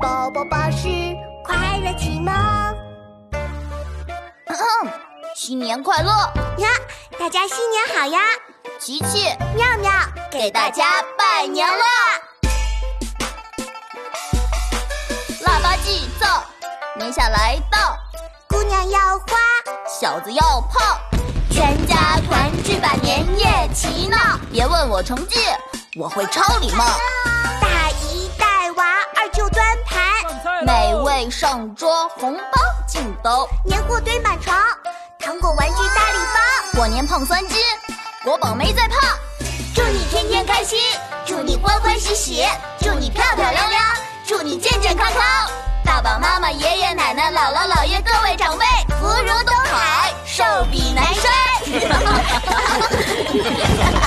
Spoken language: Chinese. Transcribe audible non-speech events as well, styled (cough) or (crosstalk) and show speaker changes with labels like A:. A: 宝宝巴士快乐启蒙。
B: (clears throat) 新年快乐！
A: 呀，大家新年好呀！
B: 琪琪
A: 妙妙
B: 给大家拜年啦！腊八祭灶，年下来到，
A: 姑娘要花，
B: 小子要泡，全家团聚把年夜齐闹。别问我成绩，我会超礼貌，
A: 大姨带娃，二舅端盘，
B: 美味上桌，红包进兜，
A: 年货堆满床，糖果玩具大礼包。
B: 过年胖三斤，国宝没再胖。
A: 祝你天天开心，祝你欢欢喜喜，祝你漂漂亮亮，祝你健健康康，
B: 爸爸妈妈、爷爷奶奶、姥姥姥爷，各位长辈，
A: 福如东海，寿比南山。